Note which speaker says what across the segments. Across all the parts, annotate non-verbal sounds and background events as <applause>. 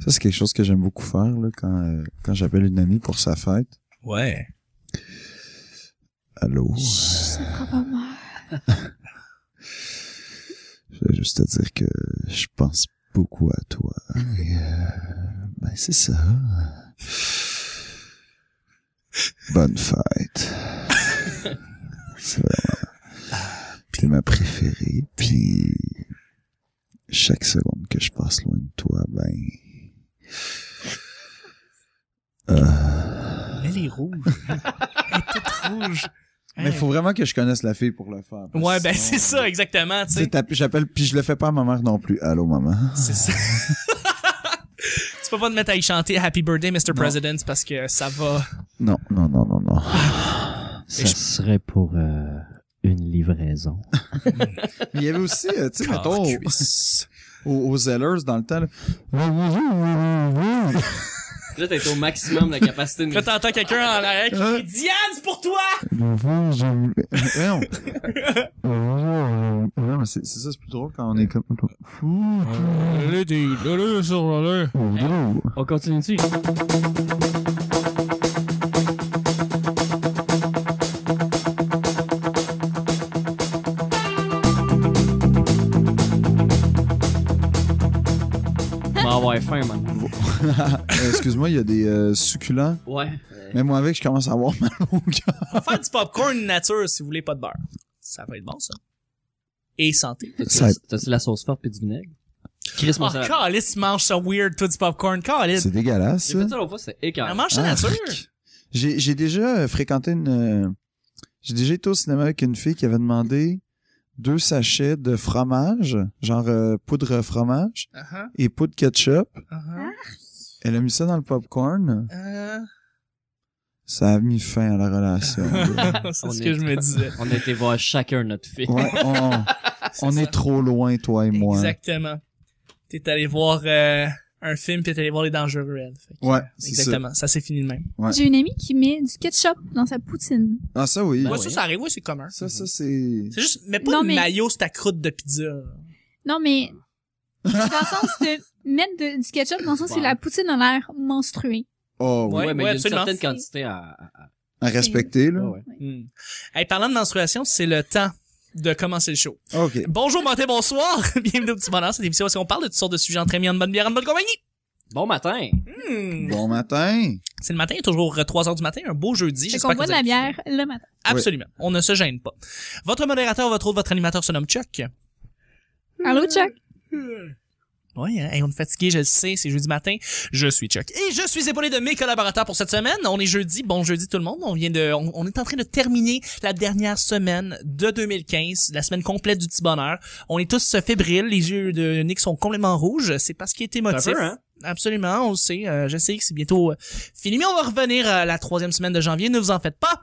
Speaker 1: Ça, c'est quelque chose que j'aime beaucoup faire là, quand, euh, quand j'appelle une amie pour sa fête.
Speaker 2: Ouais.
Speaker 1: Allô?
Speaker 3: Ça fera pas mal.
Speaker 1: Je voulais juste te dire que je pense beaucoup à toi. Et, euh, ben, c'est ça. Bonne fête. c'est vraiment... T'es ma préférée, puis chaque seconde que je passe loin de toi, ben... Euh,
Speaker 2: Elle est rouge. Elle est toute rouge.
Speaker 1: Mais faut vraiment que je connaisse la fille pour le faire. parce
Speaker 2: Ouais,
Speaker 1: que
Speaker 2: ben
Speaker 1: sinon,
Speaker 2: c'est ça, exactement, tu
Speaker 1: Tu sais,
Speaker 2: sais.
Speaker 1: t'appelles- j'appelle, puis je le fais pas à ma mère non plus. Allô, maman.
Speaker 2: C'est ça. <laughs> tu peux pas te mettre à y chanter Happy Birthday, Mr. President, parce que ça va.
Speaker 1: Non, non, non, non, non.
Speaker 4: Ça serait pour euh, une livraison.
Speaker 1: Mais <laughs> il y avait aussi, euh, tu sais, mettons,
Speaker 2: Corps,
Speaker 1: au-
Speaker 2: cuisse.
Speaker 1: aux, aux Zellers dans le temps, là.
Speaker 5: Puis Là, t'es au maximum de la capacité de
Speaker 2: Là, t'entends quelqu'un en arrière qui
Speaker 1: Hein?
Speaker 2: dit Diane, c'est pour toi!
Speaker 1: Voyons. Non, mais c'est c'est ça, c'est plus drôle quand on est comme. <laughs>
Speaker 4: On continue-tu?
Speaker 5: m'en avoir faim, man.
Speaker 1: Euh, Excuse-moi, il y a des euh, succulents.
Speaker 5: Ouais.
Speaker 1: Même moi avec, je commence à avoir mal au cœur.
Speaker 2: On va faire du popcorn nature si vous voulez pas de beurre. Ça va être bon, ça. Et santé.
Speaker 1: Ça-
Speaker 5: T'as-tu t'as-tu la sauce forte pis du vinaigre? Chris,
Speaker 2: Oh,
Speaker 5: moi, ça...
Speaker 2: Calis, mange ça weird, toi, du popcorn. Calis.
Speaker 1: C'est dégueulasse.
Speaker 5: J'ai
Speaker 1: ça.
Speaker 5: fait ça l'autre fois, c'est écœurant.
Speaker 2: Mange ça
Speaker 1: Ah.
Speaker 2: nature.
Speaker 1: J'ai j'ai déjà euh, fréquenté une. euh, J'ai déjà été au cinéma avec une fille qui avait demandé deux sachets de fromage, genre euh, poudre fromage
Speaker 2: Uh-huh,
Speaker 1: et poudre ketchup.
Speaker 2: uh-huh,
Speaker 1: Elle a mis ça dans le popcorn.
Speaker 2: uh-huh.
Speaker 1: Ça a mis fin à la relation. là.
Speaker 2: <laughs> c'est
Speaker 5: On
Speaker 2: ce
Speaker 5: est-
Speaker 2: que je me disais.
Speaker 5: On a été voir chacun notre film.
Speaker 1: ouais, on, on
Speaker 2: ça.
Speaker 1: est trop loin, toi et moi.
Speaker 2: Exactement. T'es allé voir euh, un film, puis t'es allé voir Les Dangereux. elle. Fait que,
Speaker 1: Ouais,
Speaker 2: euh,
Speaker 1: c'est
Speaker 2: Exactement. Ça, c'est fini de même.
Speaker 1: Ouais.
Speaker 3: J'ai une amie qui met du ketchup dans sa poutine.
Speaker 1: Ah, ça oui.
Speaker 5: Ben
Speaker 2: Moi,
Speaker 5: ouais.
Speaker 2: ça, ça arrive, ouais, c'est commun.
Speaker 1: Ça, ça, c'est.
Speaker 2: C'est juste, mais pas
Speaker 3: Non,
Speaker 2: de
Speaker 3: mais-
Speaker 2: maillot sur ta croûte de pizza.
Speaker 3: Non, mais dans le sens de mettre de- du ketchup, dans le sens où
Speaker 5: Wow.
Speaker 3: la poutine a l'air menstruée.
Speaker 1: Oh, oui.
Speaker 2: Ouais,
Speaker 5: Ouais, mais il y a une
Speaker 2: absolument.
Speaker 5: certaine quantité à... à- à-
Speaker 1: À respecter, là.
Speaker 5: Ouais, ouais.
Speaker 2: Hmm. Hey, parlant de menstruation, c'est le temps de commencer le show.
Speaker 1: OK.
Speaker 2: Bonjour, matin, bonsoir. <laughs> Bienvenue au petit bonheur. C'est l'émission où on parle de toutes sortes de sujets entre amis, en bonne bière, en bonne compagnie.
Speaker 5: Bon matin!
Speaker 2: Hmm.
Speaker 1: Bon matin.
Speaker 2: C'est le matin, toujours 3 heures du matin, un beau jeudi.
Speaker 3: Fait
Speaker 2: J'espère
Speaker 3: qu'on
Speaker 2: que
Speaker 3: boit
Speaker 2: vous
Speaker 3: de la
Speaker 2: allez-
Speaker 3: bière le matin.
Speaker 2: Absolument. On ne se gêne pas. Votre modérateur, votre autre, votre animateur se nomme Chuck.
Speaker 3: Allô, Chuck?
Speaker 1: Euh,
Speaker 2: Oui, hein? Hey, on est fatigué, je le sais, c'est jeudi matin. Je suis Chuck. Et je suis épaulé de mes collaborateurs pour cette semaine. On est jeudi, bon jeudi tout le monde. On vient de, on, on est en train de terminer la dernière semaine de 2015, la semaine complète du petit bonheur. On est tous euh, fébriles, les yeux de Nick sont complètement rouges. C'est parce qu'il est émotif.
Speaker 5: C'est un peu, hein?
Speaker 2: Absolument, on le sait. euh, je sais que c'est bientôt euh, fini, mais on va revenir à la troisième semaine de janvier. Ne vous en faites pas.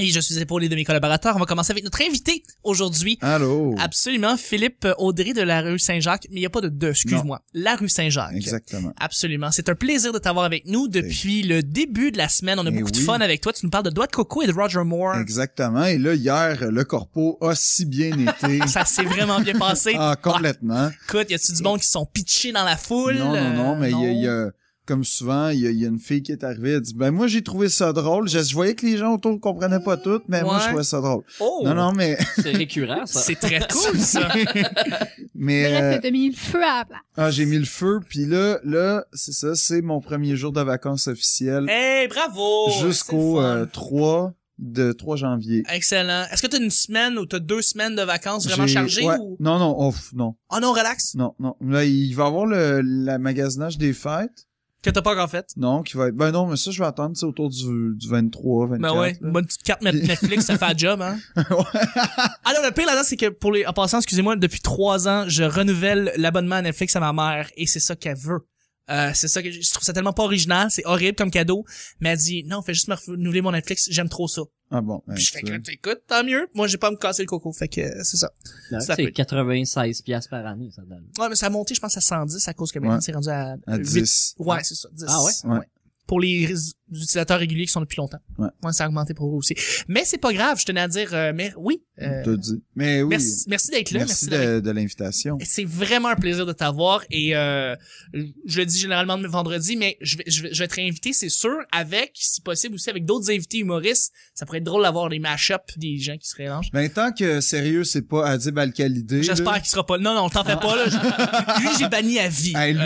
Speaker 2: Et je suis épaulé de mes collaborateurs. On va commencer avec notre invité aujourd'hui.
Speaker 1: Allô.
Speaker 2: Absolument, Philippe euh, Audrey de la rue Saint-Jacques, mais il n'y a pas de deux, excuse-moi. La rue Saint-Jacques.
Speaker 1: Exactement.
Speaker 2: Absolument. C'est un plaisir de t'avoir avec nous depuis le début de la semaine. On a
Speaker 1: Eh
Speaker 2: beaucoup de
Speaker 1: oui.
Speaker 2: fun avec toi. Tu nous parles de Doigt de Coco et de Roger Moore.
Speaker 1: Exactement. Et là, hier, le corpo a si
Speaker 2: <laughs>
Speaker 1: bien été.
Speaker 2: Ah, Ça s'est vraiment bien passé.
Speaker 1: <laughs> ah, complètement.
Speaker 2: Écoute, y a-tu du monde qui se sont pitchés dans la foule?
Speaker 1: Non, non, non,
Speaker 2: Euh,
Speaker 1: mais il y a- il y, a, comme souvent, il y a, il y a une fille qui est arrivée, elle dit, ben moi j'ai trouvé ça drôle, je, je voyais que les gens autour comprenaient pas tout, mais moi
Speaker 2: Ouais.
Speaker 1: je trouvais ça drôle.
Speaker 2: Oh!
Speaker 1: Non, non, mais,
Speaker 5: C'est récurrent, ça.
Speaker 1: <laughs>
Speaker 2: C'est très cool, ça.
Speaker 1: mais, euh,
Speaker 3: Bref, t'as mis le feu à la place.
Speaker 1: ah, j'ai mis le feu, puis là, là, c'est ça, c'est mon premier jour de vacances officielles
Speaker 2: hey, bravo!
Speaker 1: jusqu'au
Speaker 2: Eh, oh, C'est le fun.
Speaker 1: euh, 3 de 3 janvier.
Speaker 2: Excellent. Est-ce que t'as une semaine ou t'as deux semaines de vacances vraiment
Speaker 1: J'ai-
Speaker 2: chargées
Speaker 1: ouais.
Speaker 2: ou?
Speaker 1: Non, non, oh, pff, non,
Speaker 2: Oh non, relax.
Speaker 1: non, non. Là, il va y avoir le, la magasinage des fêtes,
Speaker 2: Que t'as pas encore fait.
Speaker 1: non, qui va être, ben non, mais ça je vais attendre, c'est autour du, du 23, 24.
Speaker 2: Ben ouais,
Speaker 1: là.
Speaker 2: une bonne petite
Speaker 1: <laughs>
Speaker 2: carte Net- Netflix, ça fait un job, hein. Alors, le pire là-dedans, c'est que pour les, en passant, excusez-moi, depuis trois ans, je renouvelle l'abonnement à Netflix à ma mère et c'est ça qu'elle veut. Euh, c'est ça que je trouve ça tellement pas original, c'est horrible comme cadeau, mais elle dit non, fais juste me renouveler mon Netflix, j'aime trop ça.
Speaker 1: Ah bon. ben,
Speaker 2: Puis je fais
Speaker 1: tu-
Speaker 2: que t'écoutes, tant mieux. Moi, j'ai pas à me casser le coco, fait que euh, c'est ça.
Speaker 5: Non,
Speaker 2: Ça peut-
Speaker 5: C'est 96 piastres par année, ça donne.
Speaker 2: Ouais, mais ça a monté, je pense à 110 à cause que
Speaker 1: Ouais.
Speaker 2: maintenant c'est rendu à,
Speaker 1: à
Speaker 2: huit-
Speaker 1: 10.
Speaker 2: Ouais, c'est ça, 10.
Speaker 5: Ah ouais?
Speaker 1: Ouais.
Speaker 2: Pour les des utilisateurs réguliers qui sont là depuis longtemps.
Speaker 1: Ouais.
Speaker 2: ça a augmenté pour eux aussi. Mais c'est pas grave, je tenais à dire, euh, mais oui. euh,
Speaker 1: T'as dit. Mais oui.
Speaker 2: Merci, merci d'être là.
Speaker 1: merci
Speaker 2: Merci, d'être-
Speaker 1: de, de l'invitation.
Speaker 2: C'est vraiment un plaisir de t'avoir et euh, je le dis généralement le vendredi, mais je vais, je vais, je vais te réinviter, c'est sûr, avec, si possible aussi, avec d'autres invités humoristes. Ça pourrait être drôle d'avoir des mash-ups, des gens qui se mélangent.
Speaker 1: Ben, tant que sérieux, c'est pas Adib Al-Khalidé.
Speaker 2: J'espère
Speaker 1: là.
Speaker 2: qu'il sera pas. Non, non, t'en fais pas là.
Speaker 1: <laughs>
Speaker 2: Je- Lui, j'ai banni à vie. Euh,
Speaker 1: Hey, lui,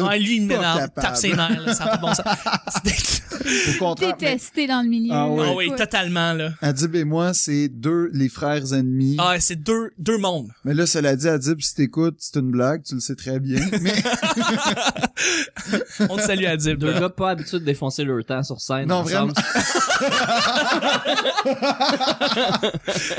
Speaker 1: là,
Speaker 2: ouais, lui, il
Speaker 1: pas
Speaker 2: m'énerve.
Speaker 1: capable.
Speaker 2: Tape ses nerfs, là, ça n'a pas de bon sens.
Speaker 1: <laughs>
Speaker 2: C'était-
Speaker 1: Au contraire. mais
Speaker 3: Détesté dans le milieu.
Speaker 1: Ah ouais.
Speaker 2: Ah oui, totalement là.
Speaker 1: Adib et moi, c'est deux, les frères ennemis.
Speaker 2: Ah, c'est deux, deux mondes.
Speaker 1: Mais là, cela dit, Adib, si t'écoutes, c'est une blague, tu le sais très
Speaker 2: <laughs>
Speaker 1: bien. Mais
Speaker 2: On te salue à
Speaker 5: Deux gars pas habitués de défoncer leur temps sur scène.
Speaker 1: Non,
Speaker 5: ensemble.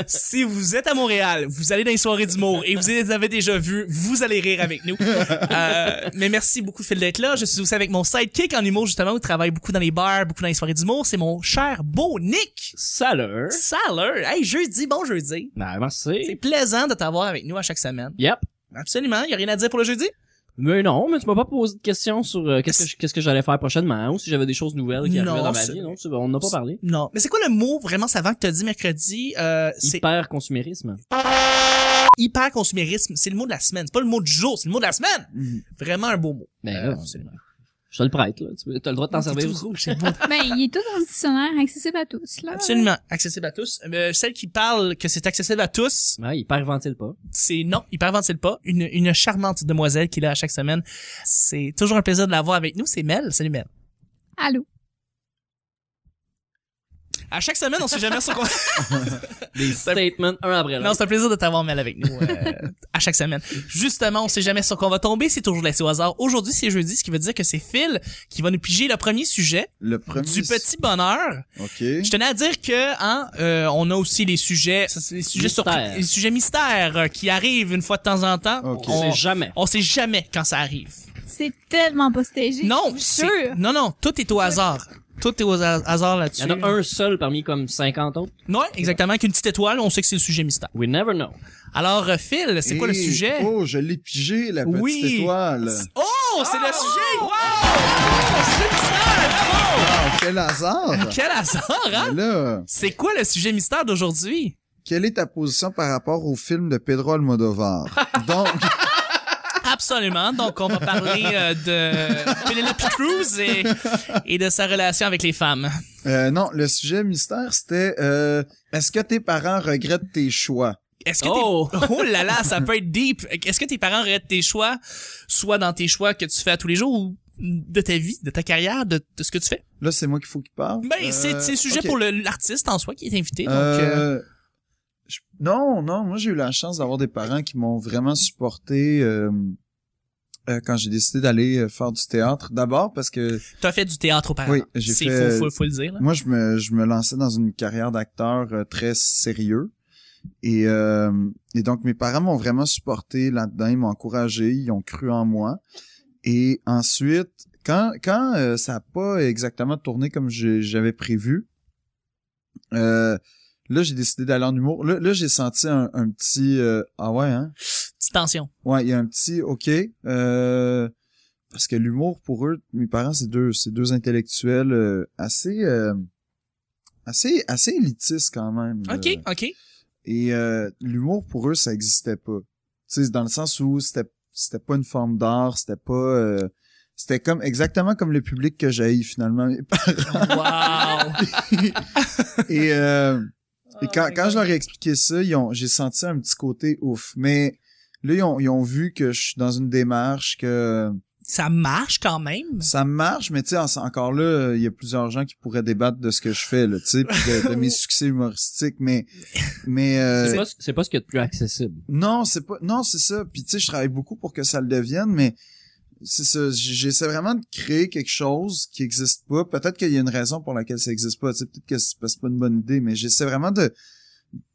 Speaker 2: Si vous êtes à Montréal, vous allez dans les soirées d'humour et vous les avez déjà vus, vous allez rire avec
Speaker 5: <laughs>
Speaker 2: nous. Euh, mais merci beaucoup Phil d'être là. Je suis aussi avec mon sidekick en humour justement où il travaille beaucoup dans les bars, beaucoup dans les soirées d'humour. C'est mon cher beau Nick
Speaker 5: Salut.
Speaker 2: Saller. Hey jeudi, bon jeudi.
Speaker 5: Ben,
Speaker 2: C'est
Speaker 5: merci.
Speaker 2: plaisant de t'avoir avec nous à chaque semaine.
Speaker 5: Yep.
Speaker 2: Absolument, il y a rien à dire pour le jeudi.
Speaker 5: Mais non, mais tu m'as pas posé de questions sur euh, qu'est-ce que je- qu'est-ce que j'allais faire prochainement hein, ou si j'avais des choses nouvelles qui
Speaker 2: Non,
Speaker 5: arrivaient dans ma
Speaker 2: c'est-
Speaker 5: vie. Non, c'est- on n'a pas parlé.
Speaker 2: Non, mais c'est quoi le mot vraiment savant que t'as dit mercredi euh, C'est
Speaker 5: Hyper consumérisme.
Speaker 2: hyper consumérisme. C'est le mot de la semaine. C'est pas le mot du jour, c'est le mot de la semaine.
Speaker 1: Mhm.
Speaker 2: Vraiment un beau mot.
Speaker 5: Ben,
Speaker 2: Euh,
Speaker 5: là,
Speaker 2: absolument.
Speaker 5: je te le prête là. Tu as le droit de t'en servir. aussi.
Speaker 3: Ben, il est tout dans le dictionnaire, accessible à tous, là.
Speaker 2: Absolument, accessible à tous. Euh, celle qui parle que c'est accessible à tous,
Speaker 5: Ouais, hyper ventile
Speaker 2: <laughs>
Speaker 5: pas.
Speaker 2: c'est non, hyperventile pas, une, une charmante demoiselle qui est là chaque semaine. C'est toujours un plaisir de la voir avec nous, c'est Mel, salut Mel.
Speaker 3: Allô.
Speaker 2: À chaque semaine, on sait jamais sur quoi...
Speaker 5: Des statements un après
Speaker 2: <laughs> Non,
Speaker 5: l'autre.
Speaker 2: c'est un plaisir de t'avoir Mel avec nous euh, à chaque semaine. Justement, on sait jamais sur quoi on va tomber, c'est toujours laissé au hasard. Aujourd'hui, c'est jeudi, ce qui veut dire que c'est Phil qui va nous piger le premier sujet
Speaker 1: le premier.
Speaker 2: du petit bonheur. Je
Speaker 1: OK.
Speaker 2: tenais à dire que hein, euh, on a aussi les sujets ça, c'est les sujets
Speaker 5: Mystère.
Speaker 2: surprises, les sujets mystères euh, qui arrivent une fois de temps en temps.
Speaker 1: Ok.
Speaker 5: On
Speaker 2: On,
Speaker 5: sait jamais.
Speaker 2: on sait jamais quand ça arrive.
Speaker 3: C'est tellement pas stagé.
Speaker 2: Non,
Speaker 3: sûr.
Speaker 2: c'est- non non, tout est au hasard. Tout est au ha- hasard là-dessus.
Speaker 5: Il y en a un seul parmi comme 50 autres.
Speaker 2: Non, exactement, avec une petite étoile, on sait que c'est le sujet mystère.
Speaker 5: We never know.
Speaker 2: Alors euh, Phil, c'est quoi le
Speaker 1: Et-
Speaker 2: sujet
Speaker 1: Oh, je l'ai pigé, la petite
Speaker 2: Oui.
Speaker 1: étoile.
Speaker 2: Oh, c'est le sujet. Wow! C'est le mystère, bravo!
Speaker 1: Ah, quel hasard!
Speaker 2: Quel hasard hein
Speaker 1: Mais Là,
Speaker 2: C'est quoi le sujet mystère d'aujourd'hui
Speaker 1: quelle est ta position par rapport au film de Pedro
Speaker 2: <laughs>
Speaker 1: Almodovar? Donc,
Speaker 2: Absolument. Donc, on va parler euh, de Penelope Cruz et, et de sa relation avec les femmes.
Speaker 1: euh, non, le sujet mystère, c'était euh, est-ce que tes parents regrettent tes choix?
Speaker 2: Est-ce que
Speaker 5: Oh!
Speaker 2: tes... <laughs> oh là là, ça peut être deep. Est-ce que tes parents regrettent tes choix, soit dans tes choix que tu fais à tous les jours ou de ta vie, de ta carrière, de, de ce que tu fais?
Speaker 1: Là, c'est moi qu'il faut qu'il parle.
Speaker 2: Ben, c'est
Speaker 1: Euh,
Speaker 2: c'est le sujet
Speaker 1: ok.
Speaker 2: pour le- l'artiste en soi qui est invité. Donc, euh,
Speaker 1: Euh, je- Non, non, moi j'ai eu la chance d'avoir des parents qui m'ont vraiment supporté euh, euh, quand j'ai décidé d'aller euh, faire du théâtre. D'abord parce que
Speaker 2: t'as fait du théâtre auparavant.
Speaker 1: Oui, j'ai
Speaker 2: C'est-
Speaker 1: fait-
Speaker 2: Faut, faut, faut le dire, là.
Speaker 1: moi je me, je me lançais dans une carrière d'acteur euh, très sérieux. Et, euh, et donc mes parents m'ont vraiment supporté là-dedans, ils m'ont encouragé, ils ont cru en moi. Et ensuite, quand, quand euh, ça n'a pas exactement tourné comme j'ai- j'avais prévu, euh, là, j'ai décidé d'aller en humour. Là, là, j'ai senti un, un petit... euh, ah ouais, hein?
Speaker 2: Petite tension.
Speaker 1: Ouais, il y a un petit... OK. euh, parce que l'humour, pour eux, mes parents, c'est deux, c'est deux intellectuels euh, assez... euh, assez assez élitistes quand même.
Speaker 2: OK,
Speaker 1: euh. <laughs>
Speaker 2: OK.
Speaker 1: Et euh, l'humour pour eux, ça existait pas. Tu sais, dans le sens où c'était c'était pas une forme d'art, c'était pas euh, c'était comme exactement comme le public que j'ai finalement. <laughs>
Speaker 2: Wow!
Speaker 1: Et, euh, et quand, quand je leur ai expliqué ça, ils ont j'ai senti un petit côté ouf. Mais là ils ont, ils ont vu que je suis dans une démarche que
Speaker 2: Ça marche quand même.
Speaker 1: ça marche, mais tu sais en- encore là, il y a plusieurs gens qui pourraient débattre de ce que je fais là, tu sais, puis de, de mes succès humoristiques, mais mais euh,
Speaker 5: C'est pas, ce- c'est pas ce qu'il y a de plus accessible.
Speaker 1: Non, c'est pas. Non, c'est ça. Puis tu sais, je travaille beaucoup pour que ça le devienne, mais c'est ça. J- J'essaie vraiment de créer quelque chose qui existe pas. Peut-être qu'il y a une raison pour laquelle ça existe pas. Tu sais, peut-être que c'est parce que c'est pas une bonne idée, mais j'essaie vraiment de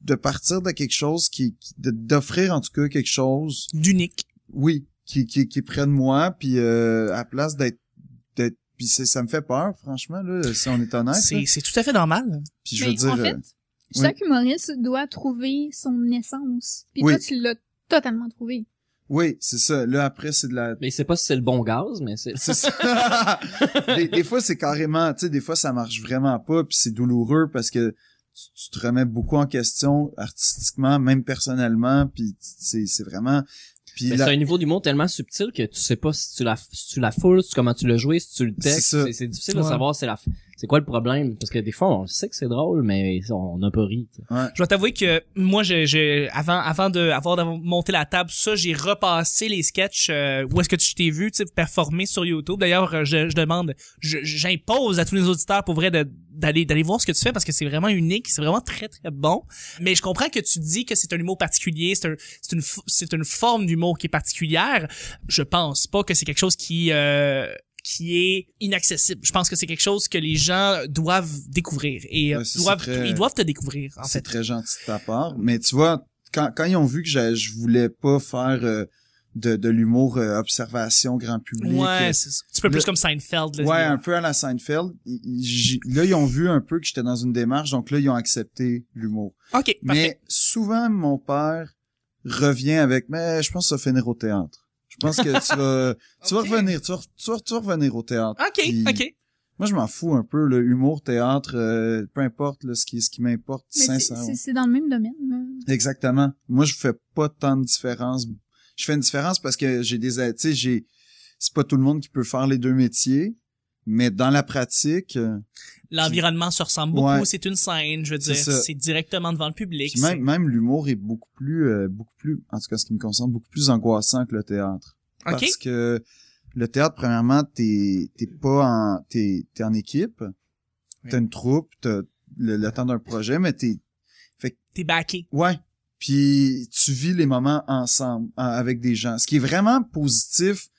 Speaker 1: de partir de quelque chose qui, qui- de- d'offrir en tout cas quelque chose,
Speaker 2: D'unique.
Speaker 1: oui, qui qui qui prenne moi, puis euh, à place d'être d'être. Puis c'est- ça me fait peur, franchement là, si on est honnête. là.
Speaker 2: C'est c'est tout à fait normal.
Speaker 1: Puis je
Speaker 3: Mais
Speaker 1: veux dire.
Speaker 3: en fait,
Speaker 1: euh,
Speaker 3: Chaque humoriste doit trouver son essence. Puis
Speaker 1: Oui.
Speaker 3: toi, tu l'as totalement trouvé.
Speaker 1: Oui, c'est ça. Là, après, c'est de la...
Speaker 5: Mais c'est pas si c'est le bon gaz, mais c'est.
Speaker 1: C'est
Speaker 3: <laughs>
Speaker 1: ça. des, des fois, c'est carrément... Tu sais, des fois, ça marche vraiment pas, puis c'est douloureux parce que tu, tu te remets beaucoup en question artistiquement, même personnellement, puis c'est c'est vraiment... Puis
Speaker 5: Mais
Speaker 1: la-
Speaker 5: C'est un niveau d'humour tellement subtil que tu sais pas si tu la, si tu la foules, si- comment tu l'as joué, si tu le textes.
Speaker 1: C'est ça.
Speaker 5: C'est- C'est difficile de
Speaker 2: Ouais.
Speaker 5: savoir c'est la, c'est quoi le problème. Parce que des fois, on sait que c'est drôle, mais on n'a pas ri. tu sais.
Speaker 2: Je vais t'avouer que moi, j'ai, j'ai- avant, avant de, avant de monter la table, ça, j'ai repassé les sketchs euh, où est-ce que tu t'es vu, tu sais, performer sur YouTube. D'ailleurs, euh, je, je demande, je- j'impose à tous les auditeurs pour vrai de- d'aller, d'aller voir ce que tu fais parce que c'est vraiment unique, c'est vraiment très, très bon. Mais je comprends que tu dis que c'est un humour particulier, c'est, un- c'est une, fo- c'est une forme d'humour qui est particulière. Je pense pas que c'est quelque chose qui, euh, qui est inaccessible. Je pense que c'est quelque chose que les gens doivent découvrir et euh,
Speaker 1: Ouais, c'est- c'est
Speaker 2: doivent,
Speaker 1: très-
Speaker 2: ils doivent te découvrir en
Speaker 1: C'est
Speaker 2: fait.
Speaker 1: très gentil de ta
Speaker 2: Ah.
Speaker 1: part. Mais tu vois, quand, quand ils ont vu que je, je voulais pas faire euh, de, de l'humour euh, observation grand public,
Speaker 2: Ouais,
Speaker 1: euh,
Speaker 2: c'est ça. Tu peux
Speaker 1: Le-
Speaker 2: plus comme Seinfeld. Là,
Speaker 1: ouais, un peu à la Seinfeld, ils- ils- j'ai- là, ils ont vu un peu que j'étais dans une démarche, donc là, ils ont accepté l'humour.
Speaker 2: Ok,
Speaker 1: euh,
Speaker 2: parfait.
Speaker 1: Mais souvent, mon père revient avec, mais je pense que ça finir au théâtre. Je pense que tu
Speaker 2: <laughs>
Speaker 1: vas, tu vas
Speaker 2: Ok.
Speaker 1: revenir, tu vas, tu vas- tu vas revenir au théâtre.
Speaker 2: Ok,
Speaker 1: Puis,
Speaker 2: ok.
Speaker 1: Moi, je m'en fous un peu, le humour, théâtre, euh, peu importe, là, ce qui, ce qui m'importe,
Speaker 3: Mais c'est-
Speaker 1: sincèrement.
Speaker 3: c'est c'est dans le même domaine. mais-
Speaker 1: Exactement. Moi, je fais pas tant de différence. Je fais une différence parce que j'ai des, tu sais, j'ai, c'est pas tout le monde qui peut faire les deux métiers, mais dans la pratique, euh,
Speaker 2: L'environnement se ressemble beaucoup.
Speaker 1: Ouais.
Speaker 2: C'est une scène, je veux
Speaker 1: C'est
Speaker 2: dire.
Speaker 1: ça.
Speaker 2: C'est directement devant le public.
Speaker 1: puis même, même l'humour est beaucoup plus, euh, beaucoup plus, en tout cas, en ce qui me concerne, beaucoup plus angoissant que le théâtre.
Speaker 2: c'est- Ok.
Speaker 1: Parce que le théâtre, premièrement, t'es, t'es pas en, t'es, t'es en équipe, t'as une troupe, t'as le, le temps d'un projet, mais t'es,
Speaker 2: T'es backé.
Speaker 1: Ouais. Puis tu vis les moments ensemble euh, avec des gens, ce qui est vraiment positif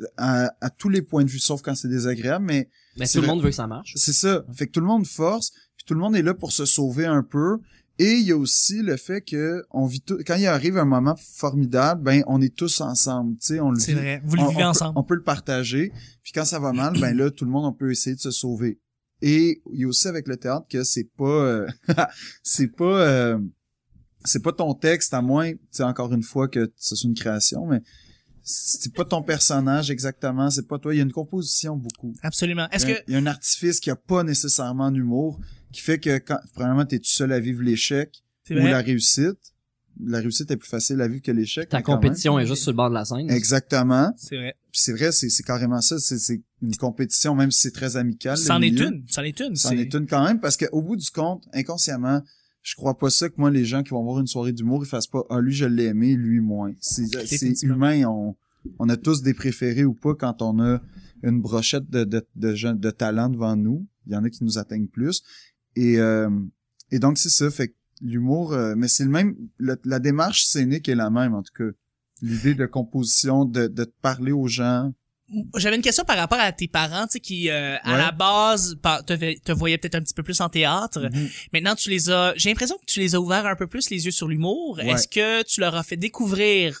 Speaker 1: euh, à, à tous les points de vue, sauf quand c'est désagréable. Mais
Speaker 5: Mais
Speaker 1: C'est
Speaker 5: tout le
Speaker 1: vrai.
Speaker 5: monde veut que ça marche.
Speaker 1: c'est ça. Fait que tout le monde force, puis tout le monde est là pour se sauver un peu. Et il y a aussi le fait que on vit tout, quand il arrive un moment formidable, ben on est tous ensemble, tu sais, on le
Speaker 2: C'est
Speaker 1: vit
Speaker 2: vrai. Vous le
Speaker 1: on-
Speaker 2: vivez
Speaker 1: on peut-
Speaker 2: ensemble.
Speaker 1: on peut le partager. Puis quand ça va mal, ben là, tout le monde, on peut essayer de se sauver. Et il y a aussi avec le théâtre que c'est pas, euh, <laughs> c'est pas, euh, c'est pas ton texte à moins, tu sais, encore une fois que ce soit une création, mais c'est pas ton personnage exactement, c'est pas toi. Il y a une composition beaucoup.
Speaker 2: Absolument. Est-ce
Speaker 1: Il y a-
Speaker 2: que
Speaker 1: il y a un artifice qui a pas nécessairement d'humour, qui fait que quand, premièrement, t'es tout seul à vivre l'échec
Speaker 2: c'est
Speaker 1: ou
Speaker 2: vrai?
Speaker 1: la réussite. La réussite est plus facile à vivre que l'échec.
Speaker 5: Ta
Speaker 1: mais quand même.
Speaker 5: compétition est juste sur le bord de la scène.
Speaker 1: Exactement.
Speaker 2: C'est vrai.
Speaker 1: Puis c'est vrai, c'est c'est carrément ça. C'est c'est une compétition, même si c'est très amical. le
Speaker 2: C'en est
Speaker 1: milieu.
Speaker 2: une. C'en est une.
Speaker 1: C'en
Speaker 2: c'est-
Speaker 1: est une quand même, parce qu'au bout du compte, inconsciemment, je crois pas ça que moi, les gens qui vont voir une soirée d'humour, ils fassent pas « Ah, lui, je l'ai aimé, lui, moins ». C'est c'est
Speaker 2: Définitivement.
Speaker 1: humain, on, on a tous des préférés ou pas quand on a une brochette de, de, de gens de talent devant nous. Il y en a qui nous atteignent plus. Et, euh, et donc, c'est ça, fait que l'humour... euh, mais c'est le même... le- la démarche scénique est la même, en tout cas. L'idée de composition, de, de parler aux gens,
Speaker 2: J'avais une question par rapport à tes parents, tu sais, qui euh, à
Speaker 1: Ouais.
Speaker 2: la base par- te, ve- te voyaient peut-être un petit peu plus en théâtre.
Speaker 5: Mmh.
Speaker 1: Mhm.
Speaker 2: Maintenant, tu les as. J'ai l'impression que tu les as ouverts un peu plus les yeux sur l'humour.
Speaker 1: Ouais.
Speaker 2: Est-ce que tu leur as fait découvrir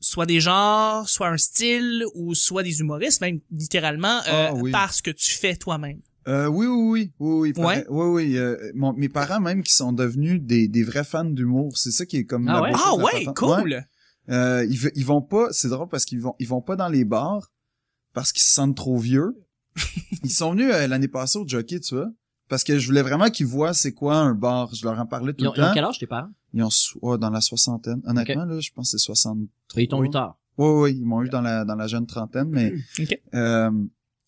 Speaker 2: soit des genres, soit un style, ou soit des humoristes, même littéralement, euh,
Speaker 1: Ah, oui.
Speaker 2: par ce que tu fais toi-même.
Speaker 1: Euh, oui, oui, oui, oui, oui, par-
Speaker 2: Ouais.
Speaker 1: oui, oui. euh, mon- mes parents même qui sont devenus des, des vrais fans d'humour, c'est ça qui est comme.
Speaker 5: Ah
Speaker 1: la
Speaker 5: ouais?
Speaker 1: beauté
Speaker 2: Ah
Speaker 1: de la
Speaker 2: ouais,
Speaker 1: patente.
Speaker 2: cool.
Speaker 1: Ouais. Euh, ils, v- ils vont pas, c'est drôle parce qu'ils vont, ils vont pas dans les bars parce qu'ils se sentent trop
Speaker 5: <laughs>
Speaker 1: vieux. ils sont venus euh, l'année passée au jockey, tu vois, parce que je voulais vraiment qu'ils voient c'est quoi un bar. Je leur en parlais tout
Speaker 5: Ils ont,
Speaker 1: le
Speaker 5: ils ont
Speaker 1: temps.
Speaker 5: quel âge tes parents?
Speaker 1: Ils ont so- oh, dans la soixantaine. Honnêtement là, je pense que c'est soixante.
Speaker 5: Ils t'ont eu tard.
Speaker 1: Oui, oui, ils m'ont eu dans la, dans la jeune trentaine, mais
Speaker 2: Hmm, Ok.
Speaker 1: euh,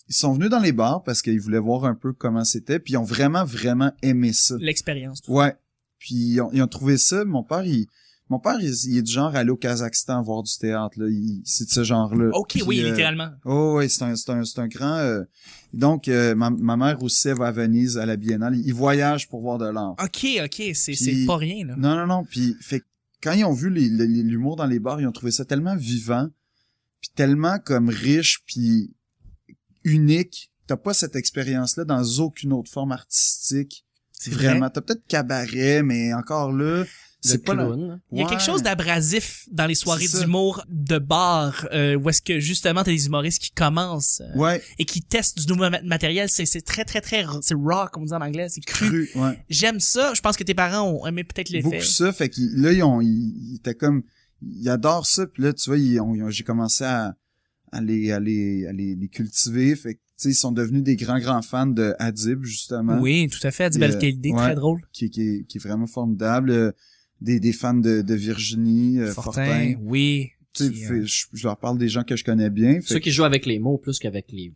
Speaker 1: ils sont venus dans les bars parce qu'ils voulaient voir un peu comment c'était, puis ils ont vraiment, vraiment aimé ça.
Speaker 2: L'expérience. tout.
Speaker 1: Ouais. Puis ils ont, ils ont trouvé ça. Mon père, il, mon père, il, il est du genre à aller au Kazakhstan voir du théâtre. Là. Il- c'est de ce genre-là.
Speaker 2: Ok,
Speaker 1: Puis,
Speaker 2: oui,
Speaker 1: euh,
Speaker 2: littéralement.
Speaker 1: Oh oui, c'est un, c'est un, c'est un grand. euh, donc, euh, ma, ma mère aussi elle va à Venise à la Biennale. Ils voyagent pour voir de l'art.
Speaker 2: Ok, ok, c'est c'est
Speaker 1: Puis-
Speaker 2: pas rien là.
Speaker 1: Non, non, non. Puis, fait que quand ils ont vu les- les- les- l'humour dans les bars, ils ont trouvé ça tellement vivant, puis tellement comme riche, puis unique. T'as pas cette expérience-là dans aucune autre forme artistique.
Speaker 2: C'est vrai.
Speaker 1: Vraiment. T'as peut-être cabaret, mais encore là,
Speaker 5: Le
Speaker 1: c'est pas la-
Speaker 5: clown.
Speaker 2: Il y a
Speaker 1: Ouais.
Speaker 2: quelque chose d'abrasif dans les soirées
Speaker 1: C'est ça.
Speaker 2: d'humour de bar euh, où est-ce que justement t'as des humoristes qui commencent euh,
Speaker 1: Ouais,
Speaker 2: et qui testent du nouveau ma- matériel. C'est c'est très très très r- c'est raw comme on dit en anglais, c'est cru. <laughs>
Speaker 1: cru, ouais.
Speaker 2: J'aime ça. Je pense que tes parents ont aimé peut-être l'effet.
Speaker 1: Beaucoup ça, fait que là, ils ont, ils, ils étaient comme, ils adorent ça. Puis là, tu vois, ils ont- ils ont- j'ai commencé à, à, les, à, les, à les, les cultiver. Fait que, tu sais, ils sont devenus des grands, grands fans de Adib, justement.
Speaker 2: Oui, tout à fait. Adib
Speaker 1: Et, euh,
Speaker 2: Al-Khalidi, très
Speaker 1: ouais.
Speaker 2: drôle.
Speaker 1: Qui, qui, est, qui est vraiment formidable. Euh, Des, des fans de, de Virginie, euh, Fortin.
Speaker 2: Fortin, oui.
Speaker 1: Tu sais,
Speaker 2: qui, euh,
Speaker 1: fait- je, je leur parle des gens que je connais bien. Fait
Speaker 5: Ceux
Speaker 1: que-
Speaker 5: qui jouent avec les mots plus qu'avec les,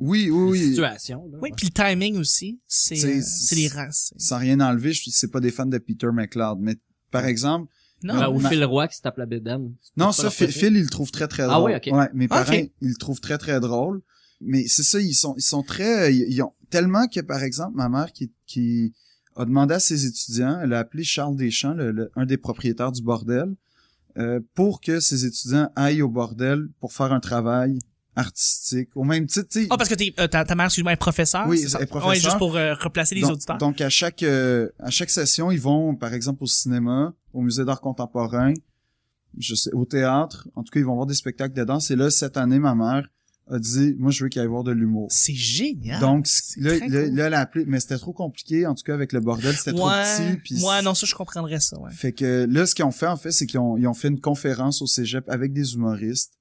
Speaker 1: Oui,
Speaker 5: les
Speaker 1: oui, oui.
Speaker 5: situations. Là,
Speaker 2: Oui, puis le timing aussi, c'est
Speaker 1: C'est-
Speaker 2: euh, c'est les races.
Speaker 1: Sans rien enlever, je c'est pas des fans de Peter McLeod. Mais par exemple,
Speaker 2: Non,
Speaker 5: Là où
Speaker 1: ma-
Speaker 5: Phil Roy qui se tape la bédane.
Speaker 1: Non,
Speaker 5: Pas
Speaker 1: ça,
Speaker 5: leur
Speaker 1: Phil,
Speaker 5: préféré.
Speaker 1: Phil, il le trouve très, très drôle.
Speaker 5: Ah ouais, ok.
Speaker 1: mes
Speaker 2: Ah,
Speaker 1: parents,
Speaker 2: ok.
Speaker 1: ils le trouvent très, très drôle. Mais c'est ça, ils sont, ils sont très, ils, ils ont tellement que, par exemple, ma mère qui, qui a demandé à ses étudiants, elle a appelé Charles Deschamps, le- le- un des propriétaires du bordel, euh, pour que ses étudiants aillent au bordel pour faire un travail artistique. Au même titre, tu sais.
Speaker 2: Ah, parce que t'es, euh, ta, ta mère, excuse-moi, est professeure.
Speaker 1: Oui,
Speaker 2: c'est ça?
Speaker 1: elle est professeure.
Speaker 2: Ouais, juste pour euh, replacer les
Speaker 1: donc,
Speaker 2: auditeurs.
Speaker 1: donc, à chaque, euh, à chaque session, ils vont, par exemple, au cinéma, au musée d'art contemporain, je sais, au théâtre. En tout cas, ils vont voir des spectacles de danse. Et là, cette année, ma mère a dit, moi, je veux qu'il aille voir de l'humour.
Speaker 2: c'est génial.
Speaker 1: Donc,
Speaker 2: c'est
Speaker 1: là,
Speaker 2: très
Speaker 1: là,
Speaker 2: cool.
Speaker 1: là, elle a appelé, mais c'était trop compliqué. En tout cas, avec le bordel, c'était trop
Speaker 2: ouais,
Speaker 1: petit. puis
Speaker 2: ouais, non, ça, je comprendrais ça, ouais.
Speaker 1: Fait que là, ce qu'ils ont fait, en fait, c'est qu'ils ont, ils ont fait une conférence au cégep avec des humoristes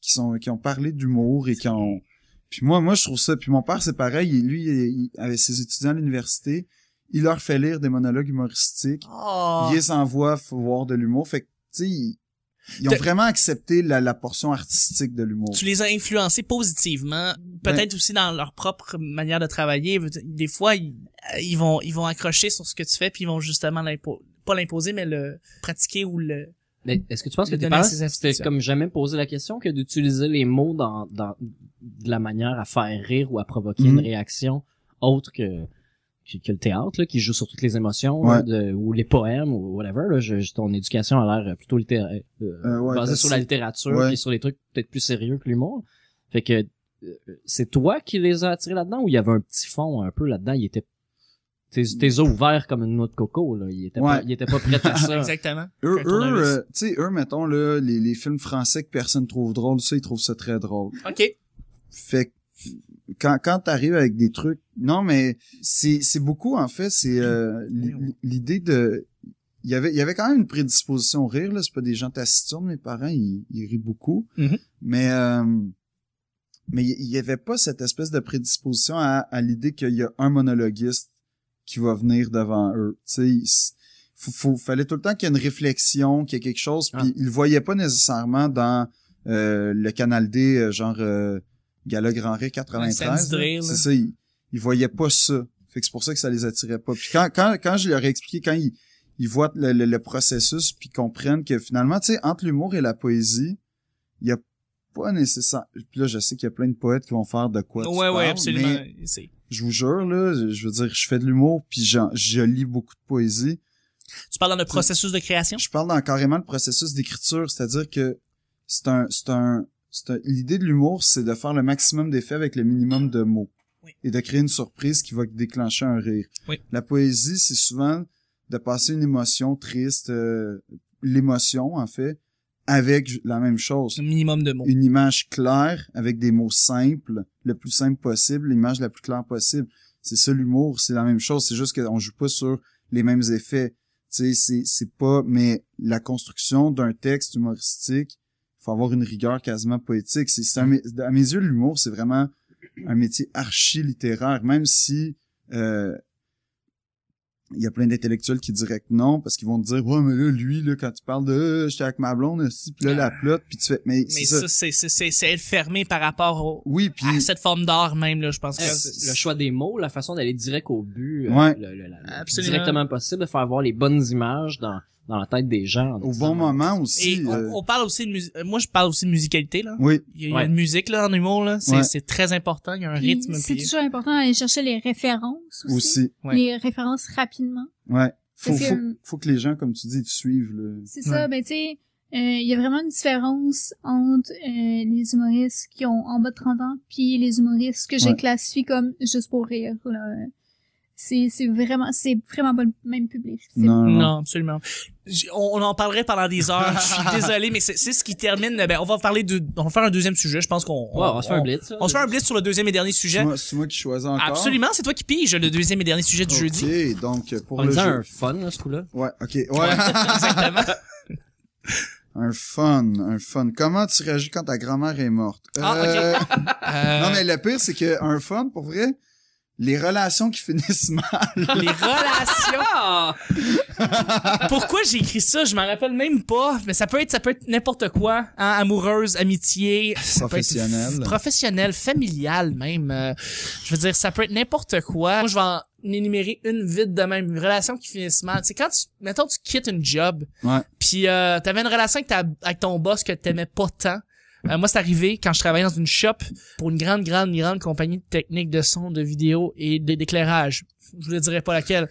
Speaker 1: qui sont, qui ont parlé d'humour et qui ont, puis moi, moi, je trouve ça, puis mon père, c'est pareil, il- lui, il- il- avec ses étudiants à l'université, il leur fait lire des monologues humoristiques,
Speaker 2: Oh.
Speaker 1: il les envoie f- voir de l'humour, fait que, tu sais, ils, ils ont
Speaker 2: T'as-
Speaker 1: vraiment accepté la, la portion artistique de l'humour.
Speaker 2: Tu les as influencés positivement, peut-être aussi dans leur propre manière de travailler. Je veux dire, Des fois, ils, euh, ils vont ils vont accrocher sur ce que tu fais, puis ils vont justement l'impo- pas l'imposer, mais le pratiquer ou le.
Speaker 5: Mais est-ce que tu penses que
Speaker 2: Le
Speaker 5: tes
Speaker 2: donner à
Speaker 5: parents
Speaker 2: ses
Speaker 5: c'était
Speaker 2: institutions.
Speaker 5: comme jamais posé la question que d'utiliser les mots dans, dans de la manière à faire rire ou à provoquer
Speaker 1: Mhm.
Speaker 5: une réaction autre que que, que le théâtre là, qui joue sur toutes les émotions
Speaker 1: Ouais.
Speaker 5: là, de- ou les poèmes ou whatever là, je- je- ton éducation a l'air plutôt littéraire euh,
Speaker 1: Euh, ouais,
Speaker 5: basée
Speaker 1: ben,
Speaker 5: sur la
Speaker 1: c'est-
Speaker 5: littérature
Speaker 1: ouais.
Speaker 5: et sur des trucs peut-être plus sérieux que l'humour fait que euh, c'est toi qui les as attirés là-dedans ou il y avait un petit fond un peu là-dedans il était tes tes os ouverts comme une noix de coco là il était pas,
Speaker 1: Mm. Ouais.
Speaker 5: il était pas prêt à
Speaker 1: <laughs>
Speaker 5: ça
Speaker 2: Exactement.
Speaker 1: Eux,
Speaker 2: Qu'un
Speaker 1: eux,
Speaker 2: tournevis.
Speaker 1: euh, tu sais, eux, mettons, là, les, les films français que personne trouve drôle, ça, ils trouvent ça très drôle.
Speaker 2: OK.
Speaker 1: Fait que, quand quand t'arrives avec des trucs non mais c'est c'est beaucoup en fait c'est euh, l'i- l'idée de il y avait il y avait quand même une prédisposition au rire là c'est pas des gens taciturnes mes parents ils, ils rient beaucoup
Speaker 2: Mhm.
Speaker 1: mais euh, mais il y avait pas cette espèce de prédisposition à, à l'idée qu'il y a un monologuiste qui va venir devant eux tu sais il- faut, faut- fallait tout le temps qu'il y ait une réflexion qu'il y ait quelque chose puis ils le voyaient pas nécessairement dans euh, le canal D euh, genre euh, Gala Grand Ré
Speaker 2: Un samedi
Speaker 1: 93.
Speaker 2: de rire,
Speaker 1: là.
Speaker 2: là.
Speaker 1: C'est ça, ils, ils voyaient pas ça. Fait que c'est pour ça que ça les attirait pas. Puis quand, quand, quand je leur ai expliqué, quand ils, ils voient le, le- le processus, puis comprennent que finalement, tu sais, entre l'humour et la poésie, il y a pas nécessaire. Puis là, je sais qu'il y a plein de poètes qui vont faire de quoi. tu
Speaker 2: Ouais,
Speaker 1: parles,
Speaker 2: ouais, absolument.
Speaker 1: mais
Speaker 2: C'est-
Speaker 1: je vous jure, là, je- je veux dire, je fais de l'humour, puis j'en- je lis beaucoup de poésie.
Speaker 2: Tu parles dans le processus de création?
Speaker 1: Je parle dans carrément le processus d'écriture, c'est-à-dire que c'est un, c'est un, c'est un- l'idée de l'humour, c'est de faire le maximum d'effets avec le minimum de mots.
Speaker 2: Oui.
Speaker 1: Et de créer une surprise qui va déclencher un rire.
Speaker 2: Oui.
Speaker 1: La poésie, c'est souvent de passer une émotion triste, euh, l'émotion, en fait, avec ju- la même chose.
Speaker 2: Un minimum de mots.
Speaker 1: Une image claire avec des mots simples, le plus simple possible, l'image la plus claire possible. C'est ça l'humour, c'est la même chose, c'est juste qu'on joue pas sur les mêmes effets. Tu sais, c'est, c'est pas, mais la construction d'un texte humoristique, faut avoir une rigueur quasiment poétique. C'est, c'est un mé- à mes yeux, l'humour, c'est vraiment un métier archi littéraire, même si, euh, il y a plein d'intellectuels qui diraient que non, parce qu'ils vont te dire, ouais, mais là, lui, là, quand tu parles de, euh, j'étais avec ma blonde, aussi, puis là, la plotte, puis tu fais, mais,
Speaker 2: Mais
Speaker 1: c'est ça.
Speaker 2: ça, c'est- c'est c'est- c'est être fermé par rapport au,
Speaker 1: Oui, puis Ah,
Speaker 2: à cette forme d'art même, là, je pense que
Speaker 5: Euh, le choix des mots, la façon d'aller direct au but, euh,
Speaker 1: Ouais.
Speaker 5: le- le- la- le-
Speaker 2: Absolument.
Speaker 5: directement possible, de faire voir les bonnes images dans, dans la tête des gens. en
Speaker 1: au
Speaker 5: disant,
Speaker 1: bon moment aussi.
Speaker 2: Et on-
Speaker 1: euh,
Speaker 2: on, parle aussi de musique. Moi, je parle aussi de musicalité, là.
Speaker 1: Oui,
Speaker 2: Il y a, il y a
Speaker 5: Ouais.
Speaker 2: une musique, là, en humour, là. C'est
Speaker 1: Ouais.
Speaker 2: c'est très important. Il y a un rythme.
Speaker 3: C'est
Speaker 2: puis-
Speaker 3: toujours important d'aller chercher les références aussi.
Speaker 1: aussi.
Speaker 2: Ouais.
Speaker 3: Les références rapidement.
Speaker 1: Ouais. Faut,
Speaker 3: Parce que-
Speaker 1: faut, faut que les gens, comme tu dis, te suivent. Là.
Speaker 3: C'est ça, ben tu sais, euh, il y a vraiment une différence entre euh, les humoristes qui ont en bas de 30 ans puis les humoristes que j'ai
Speaker 1: Ouais.
Speaker 3: classifiés comme juste pour rire. là. C'est c'est vraiment c'est vraiment pas le même public. C'est-
Speaker 1: Non,
Speaker 5: Mm.
Speaker 1: non.
Speaker 2: Non, absolument. J- On, on en parlerait pendant des heures. Je suis
Speaker 5: <laughs>
Speaker 2: désolé, mais c'est c'est ce qui termine. Ben, on va parler de, on va faire un deuxième sujet. Je pense qu'on,
Speaker 5: Ouais, on va se faire un blitz. là.
Speaker 2: on se fait un blitz sur le deuxième et dernier sujet.
Speaker 1: C'est moi, c'est moi qui choisis encore.
Speaker 2: Absolument, c'est toi qui pige le deuxième et dernier sujet du
Speaker 1: Ok,
Speaker 2: jeudi.
Speaker 1: donc euh, pour
Speaker 5: En
Speaker 1: le
Speaker 5: disant
Speaker 1: jeu. <laughs>
Speaker 5: un fun, là, ce coup-là.
Speaker 1: Ouais, ok. Ouais.
Speaker 2: Exactement.
Speaker 1: Un fun, un fun. Comment tu réagis quand ta grand-mère est morte?
Speaker 2: Ah,
Speaker 1: Euh,
Speaker 2: ok. <laughs> Euh,
Speaker 1: Non, mais le pire, c'est que un fun, pour vrai, les relations qui finissent mal.
Speaker 2: Les relations. <laughs> Pourquoi j'ai écrit ça, je m'en rappelle même pas. Mais ça peut être, ça peut être n'importe quoi. hein, amoureuse, amitié. ça peut être
Speaker 1: Professionnelle.
Speaker 2: f- Professionnelle, familiale même. euh, je veux dire, ça peut être n'importe quoi. Moi, je vais en énumérer une vite de même. Une relation qui finisse mal. Tu sais, quand tu, mettons, tu quittes une job.
Speaker 1: Ouais.
Speaker 2: Puis euh, t'avais une relation avec, ta, avec ton boss que t'aimais pas tant. Euh, moi, c'est arrivé quand je travaillais dans une shop pour une grande, grande, grande compagnie de technique de son, de vidéo et d- d'éclairage. Je vous le dirai pas laquelle.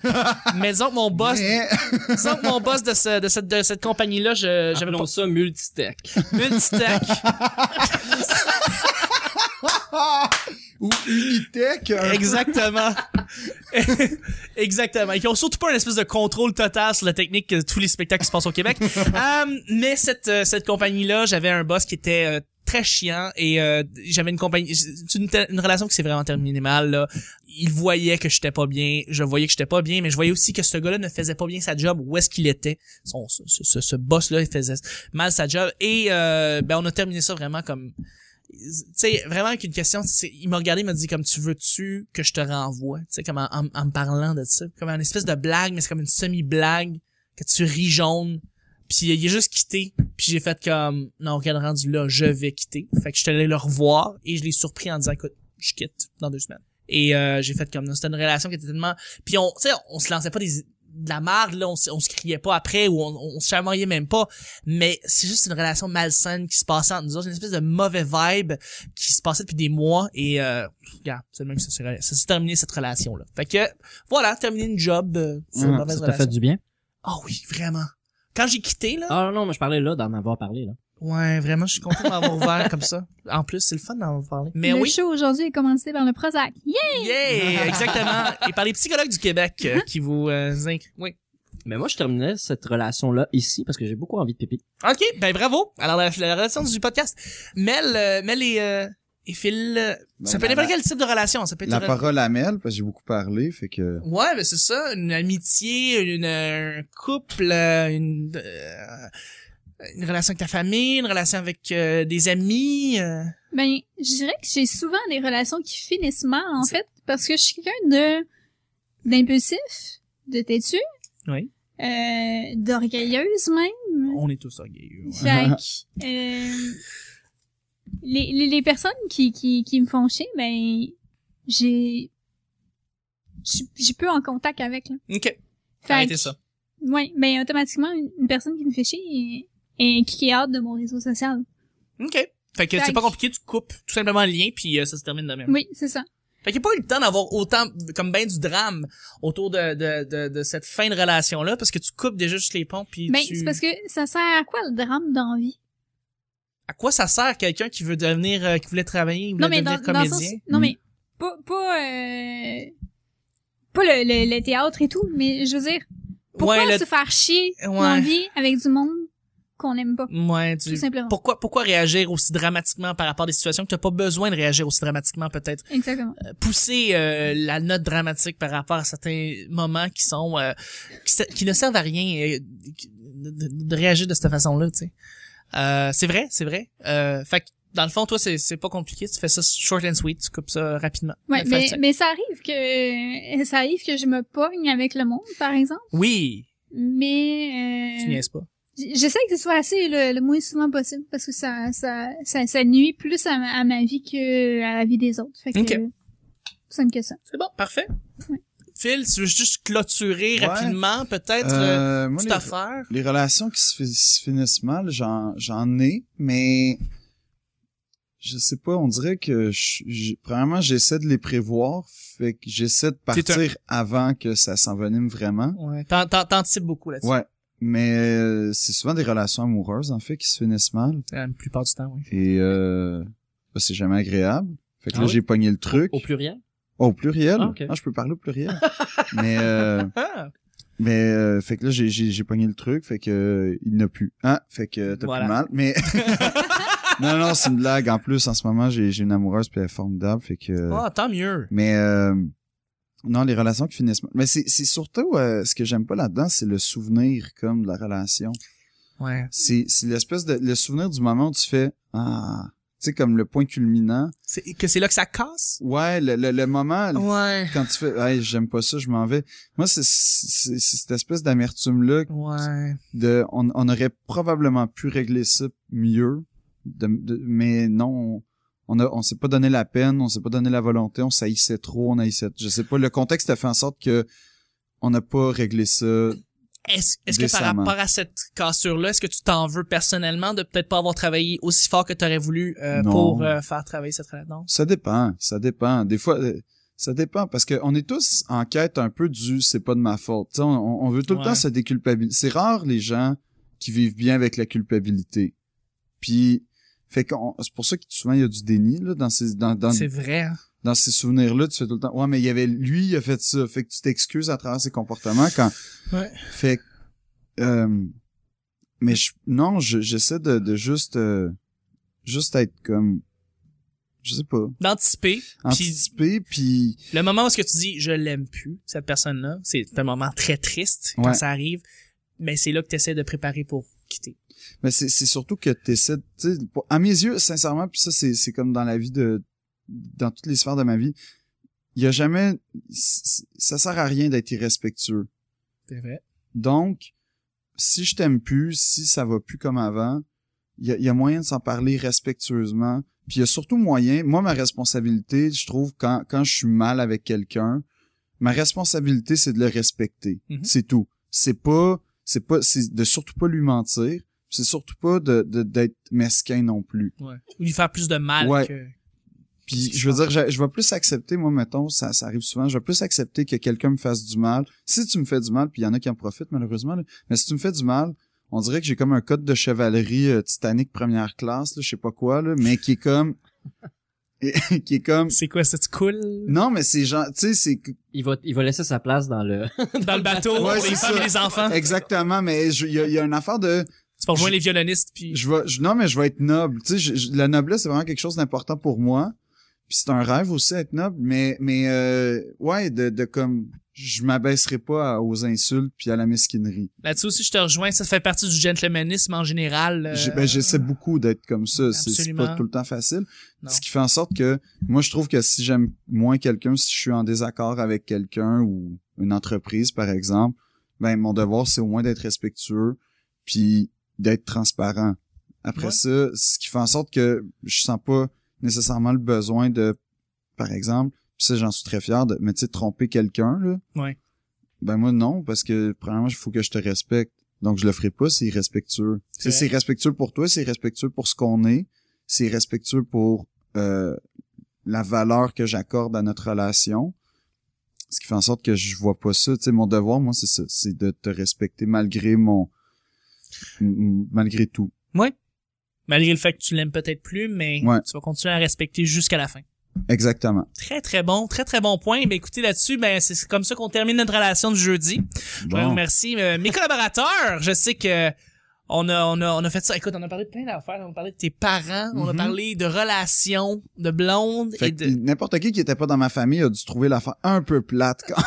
Speaker 2: Mais disons que mon boss,
Speaker 1: Mais- <laughs>
Speaker 2: disons que mon boss de, ce- de cette, de cette compagnie-là, je- j'avais
Speaker 5: <laughs> J'appelons ça multitech.
Speaker 2: pas multitech.
Speaker 1: ah! Ou Unitech. un-
Speaker 2: Exactement. <laughs> Exactement. Ils ont surtout pas un espèce de contrôle total sur la technique de tous les spectacles qui se passent au Québec. Hum, mais cette, euh, cette compagnie-là, j'avais un boss qui était euh, très chiant et euh, j'avais une compagnie, c'est une, te- une relation qui s'est vraiment terminée mal. Là. Il voyait que j'étais pas bien, je voyais que j'étais pas bien, mais je voyais aussi que ce gars-là ne faisait pas bien sa job où est-ce qu'il était. Son, ce, ce- ce boss-là, il faisait mal sa job et euh, ben on a terminé ça vraiment comme tu sais vraiment avec une question tu sais, il m'a regardé il m'a dit comme tu veux-tu que je te renvoie tu sais comme en, en, en me parlant de ça comme une espèce de blague mais c'est comme une semi blague que tu ris jaune puis euh, il est juste quitté puis j'ai fait comme non regarde rendu là je vais quitter fait que je suis allé le revoir et je l'ai surpris en disant écoute je quitte dans deux semaines et euh, j'ai fait comme non, c'était une relation qui était tellement puis on tu sais on se lançait pas des de la marde là on, se- on se criait pas après ou on, on se chamaillait même pas mais c'est juste une relation malsaine qui se passait entre nous autres une espèce de mauvais vibe qui se passait depuis des mois et euh, regarde c'est le même que ça s'est ça s'est terminé cette relation là fait que voilà terminé une job euh, sur une
Speaker 1: Ouais,
Speaker 4: Ça
Speaker 2: mauvaise
Speaker 4: t'a
Speaker 2: relation
Speaker 4: fait du bien?
Speaker 2: ah oui, vraiment. Quand j'ai quitté, là.
Speaker 5: Ah non, non, mais je parlais là d'en avoir parlé, là.
Speaker 2: Ouais, vraiment, je suis content d'avoir ouvert comme ça. En plus, c'est le fun d'en parler. Mais
Speaker 3: le
Speaker 2: oui.
Speaker 3: show aujourd'hui est commencé par le Prozac. Yeah!
Speaker 2: Yeah, exactement. Et par les psychologues du Québec euh, qui vous euh, inc- Oui.
Speaker 5: Mais moi, je terminais cette relation-là ici parce que j'ai beaucoup envie de pipi.
Speaker 2: OK, ben bravo. Alors, la, la relation du podcast. Mel, euh, Mel et, euh, et Phil, euh,
Speaker 1: Ben,
Speaker 2: ça peut
Speaker 1: la-
Speaker 2: être n'importe quel type de relation. Ça peut être...
Speaker 1: La
Speaker 2: une-
Speaker 1: parole à Mel, parce que j'ai beaucoup parlé, fait que...
Speaker 2: Ouais, ben c'est ça. Une amitié, une, un couple, euh, une... euh, une relation avec ta famille, une relation avec euh, des amis. euh,
Speaker 3: Ben, je dirais que j'ai souvent des relations qui finissent mal, en fait, parce que je suis quelqu'un de d'impulsif, de têtu,
Speaker 2: Oui.
Speaker 3: euh, d'orgueilleuse même.
Speaker 2: On est tous orgueilleux. ouais.
Speaker 3: Fait que, euh, les, les, les personnes qui, qui, qui me font chier, ben, j'ai, je suis- je suis peu en contact avec, là.
Speaker 2: OK,
Speaker 3: Fait
Speaker 2: arrêtez
Speaker 3: que-
Speaker 2: ça.
Speaker 3: Ouais, ben, automatiquement, une, une personne qui me fait chier est, est kick out de mon réseau social.
Speaker 2: OK. Fait que
Speaker 3: Fait
Speaker 2: c'est pas
Speaker 3: que-
Speaker 2: compliqué, tu coupes tout simplement le lien puis euh, ça se termine de même.
Speaker 3: Oui, c'est ça.
Speaker 2: Fait qu'il n'y a pas eu le temps d'avoir autant comme ben du drame autour de de, de, de cette fin de relation là parce que tu coupes déjà juste les ponts puis
Speaker 3: Ben,
Speaker 2: tu-
Speaker 3: c'est parce que ça sert à quoi le drame d'envie?
Speaker 2: à quoi ça sert quelqu'un qui veut devenir euh, qui voulait travailler, voulait
Speaker 3: Non, mais dans,
Speaker 2: devenir
Speaker 3: dans le
Speaker 2: comédien Hmm.
Speaker 3: sens, non, mais pas, pas, euh, pas le, le, le théâtre et tout, mais je veux dire, pourquoi
Speaker 2: Ouais, le-
Speaker 3: se faire chier
Speaker 2: Ouais.
Speaker 3: d'envie avec du monde qu'on aime pas?
Speaker 2: Ouais, tu-
Speaker 3: Tout simplement.
Speaker 2: pourquoi pourquoi réagir aussi dramatiquement par rapport à des situations que t'as pas besoin de réagir aussi dramatiquement peut-être
Speaker 3: Exactement.
Speaker 2: pousser euh, la note dramatique par rapport à certains moments qui sont euh, qui, se- qui ne servent à rien euh, qui- de, de- de réagir de cette façon-là, tu sais. Euh, c'est vrai, c'est vrai. Euh, fait que dans le fond, toi, c'est c'est pas compliqué. Tu fais ça short and sweet, tu coupes ça rapidement.
Speaker 3: Ouais,
Speaker 2: Fais
Speaker 3: mais,
Speaker 2: ça.
Speaker 3: mais ça arrive que, euh, ça arrive que je me pogne avec le monde, par exemple,
Speaker 2: Oui, tu
Speaker 3: mais, euh,
Speaker 2: niaises pas.
Speaker 3: j- j'essaie que ce soit assez le, le moins souvent possible parce que ça, ça, ça, ça nuit plus à ma, à ma vie que à la vie des autres. Fait que,
Speaker 2: Ok.
Speaker 3: simple que ça.
Speaker 2: C'est bon, parfait.
Speaker 3: Ouais.
Speaker 2: Phil, tu veux juste clôturer
Speaker 1: Ouais.
Speaker 2: rapidement, peut-être, euh,
Speaker 1: Euh, moi,
Speaker 2: toute
Speaker 1: les-
Speaker 2: affaire.
Speaker 1: les relations qui se fi- se finissent mal, j'en, j'en ai, mais je sais pas, on dirait que je, je- premièrement, j'essaie de les prévoir, fait que j'essaie de
Speaker 2: T'es
Speaker 1: partir avant que ça s'envenime vraiment.
Speaker 2: Ouais, t'en- t'en- t'anticipes beaucoup là-dessus.
Speaker 1: Ouais, mais euh, c'est souvent des relations amoureuses, en fait, qui se finissent mal,
Speaker 2: Euh, La plupart du temps, oui.
Speaker 1: et euh, bah, c'est jamais agréable. Fait que
Speaker 5: Ah
Speaker 1: là,
Speaker 5: oui?
Speaker 1: j'ai pogné le truc.
Speaker 5: Au pluriel.
Speaker 1: Oh, au pluriel?
Speaker 5: Ah, ok.
Speaker 1: Ah, je peux parler au
Speaker 5: <laughs>
Speaker 1: pluriel. mais... Euh,
Speaker 2: Ah,
Speaker 1: mais euh, fait que là j'ai j'ai j'ai pogné le truc, fait que euh, il n'a plus. Ah, fait que euh, t'as
Speaker 2: Voilà.
Speaker 1: plus mal.
Speaker 2: <laughs>
Speaker 1: Mais <laughs> non non c'est une blague. En plus en ce moment j'ai j'ai une amoureuse puis elle est formidable, fait que. euh,
Speaker 2: Ah, tant mieux.
Speaker 1: Mais euh, non les relations qui finissent. mal. Mais c'est c'est surtout euh, ce que j'aime pas là-dedans c'est le souvenir comme de la relation.
Speaker 2: Ouais.
Speaker 1: C'est, c'est l'espèce de, le souvenir du moment où tu fais, ah, tu sais, comme le point culminant.
Speaker 2: C'est, que c'est là que ça casse?
Speaker 1: Ouais, le, le, le moment, le-
Speaker 2: Ouais.
Speaker 1: quand tu fais, hey, j'aime pas ça, je m'en vais. Moi, c'est, c'est, c'est cette espèce d'amertume-là
Speaker 2: Ouais.
Speaker 1: de, on, on aurait probablement pu régler ça mieux, de- de- mais non, on, a- on s'est pas donné la peine, on s'est pas donné la volonté, on s'haïssait trop, on haïssait, je sais pas, le contexte a fait en sorte que on n'a pas réglé ça.
Speaker 2: Est-ce, est-ce que par
Speaker 1: Décemment.
Speaker 2: rapport à cette cassure-là, est-ce que tu t'en veux personnellement de peut-être pas avoir travaillé aussi fort que tu aurais voulu euh,
Speaker 1: Non.
Speaker 2: pour euh, faire travailler cette relation?
Speaker 1: Ça dépend, ça dépend. Des fois, euh, ça dépend parce que on est tous en quête un peu du c'est pas de ma faute. Tu sais, on, on veut tout le
Speaker 2: Ouais.
Speaker 1: temps se déculpabiliser. C'est rare les gens qui vivent bien avec la culpabilité. Puis, fait qu'on, c'est pour ça que souvent il y a du déni là dans ces dans dans,
Speaker 2: C'est vrai. hein.
Speaker 1: dans ces souvenirs là. Tu fais tout le temps. Ouais, mais il y avait lui, il a fait ça. Fait que tu t'excuses à travers ses comportements quand.
Speaker 2: Ouais.
Speaker 1: Fait que, euh, mais je, non, je- j'essaie de, de juste euh, juste être comme je sais pas
Speaker 2: D'anticiper. Puis
Speaker 1: anticiper puis
Speaker 2: le moment où est-ce que tu dis je l'aime plus cette personne-là, c'est un moment très triste quand
Speaker 1: Ouais.
Speaker 2: ça arrive, mais c'est là que tu essaies de préparer pour quitter.
Speaker 1: mais c'est c'est surtout que t'essaies tu sais pour- à mes yeux sincèrement puis ça c'est c'est comme dans la vie de dans toutes les sphères de ma vie il y a jamais c- c- ça sert à rien d'être irrespectueux
Speaker 2: C'est vrai.
Speaker 1: donc si je t'aime plus si ça va plus comme avant il y a, il y a moyen de s'en parler respectueusement puis il y a surtout moyen moi ma responsabilité je trouve quand quand je suis mal avec quelqu'un ma responsabilité c'est de le respecter
Speaker 2: Mhm.
Speaker 1: c'est tout c'est pas c'est pas c'est de surtout pas lui mentir c'est surtout pas de de- d'être mesquin non plus
Speaker 2: Ouais. Ou lui faire plus de mal
Speaker 1: Ouais.
Speaker 2: que...
Speaker 1: puis je veux dire je, je vais plus accepter moi mettons ça ça arrive souvent je vais plus accepter que quelqu'un me fasse du mal si tu me fais du mal puis il y en a qui en profitent malheureusement là, mais si tu me fais du mal on dirait que j'ai comme un code de chevalerie euh, Titanic première classe là, je sais pas quoi là mais qui est comme <laughs> qui est comme
Speaker 2: C'est quoi, ça tu coules <laughs>
Speaker 1: non mais c'est genre tu sais c'est que-
Speaker 5: Il va, il va laisser sa place dans le...
Speaker 2: dans le bateau
Speaker 1: Ouais,
Speaker 2: pour
Speaker 1: c'est
Speaker 2: les femmes
Speaker 1: ça.
Speaker 2: et les enfants?
Speaker 1: exactement mais je- il y a, il y a une affaire de
Speaker 2: Tu vas rejoindre
Speaker 1: Je-
Speaker 2: les violonistes puis...
Speaker 1: je vais je- non mais je vais être noble tu sais je- je- la noblesse c'est vraiment quelque chose d'important pour moi puis c'est un rêve aussi être noble mais mais euh, ouais de, de comme je m'abaisserai pas à- aux insultes puis à la mesquinerie
Speaker 2: Là-dessus aussi, je te rejoins. Ça fait partie du gentlemanisme en général. euh,
Speaker 1: J'ai- ben, j'essaie beaucoup d'être comme ça c'est c'est
Speaker 2: absolument.
Speaker 1: pas tout le temps facile
Speaker 2: Non.
Speaker 1: ce qui fait en sorte que moi je trouve que si j'aime moins quelqu'un si je suis en désaccord avec quelqu'un ou une entreprise par exemple ben mon devoir c'est au moins d'être respectueux puis d'être transparent après
Speaker 2: Ouais.
Speaker 1: ça ce qui fait en sorte que je sens pas nécessairement le besoin de par exemple puis ça j'en suis très fier de mais tu sais tromper quelqu'un là
Speaker 2: Ouais.
Speaker 1: ben moi non parce que premièrement il faut que je te respecte donc je le ferai pas c'est irrespectueux
Speaker 2: C'est
Speaker 1: c'est c'est respectueux pour toi c'est respectueux pour ce qu'on est c'est respectueux pour euh, la valeur que j'accorde à notre relation. Ce qui fait en sorte que je vois pas ça. Tu sais, mon devoir, moi, c'est ça. C'est de te respecter malgré mon... m- m- Malgré tout.
Speaker 2: Malgré le fait que tu l'aimes peut-être plus, mais
Speaker 1: Ouais.
Speaker 2: tu vas continuer à respecter jusqu'à la fin.
Speaker 1: Exactement.
Speaker 2: Très, très bon. Très, très bon point. Ben, écoutez, là-dessus, ben, c'est comme ça qu'on termine notre relation du jeudi. Je voudrais
Speaker 1: Bon.
Speaker 2: remercier euh, mes collaborateurs. Je sais que on a, on a, on a fait ça. Écoute, on a parlé de plein d'affaires. On a parlé de tes parents. On a
Speaker 1: Mhm.
Speaker 2: parlé de relations, de blondes
Speaker 1: Fait
Speaker 2: et
Speaker 1: que
Speaker 2: de...
Speaker 1: n'importe qui qui était pas dans ma famille a dû trouver l'affaire un peu plate. Quand...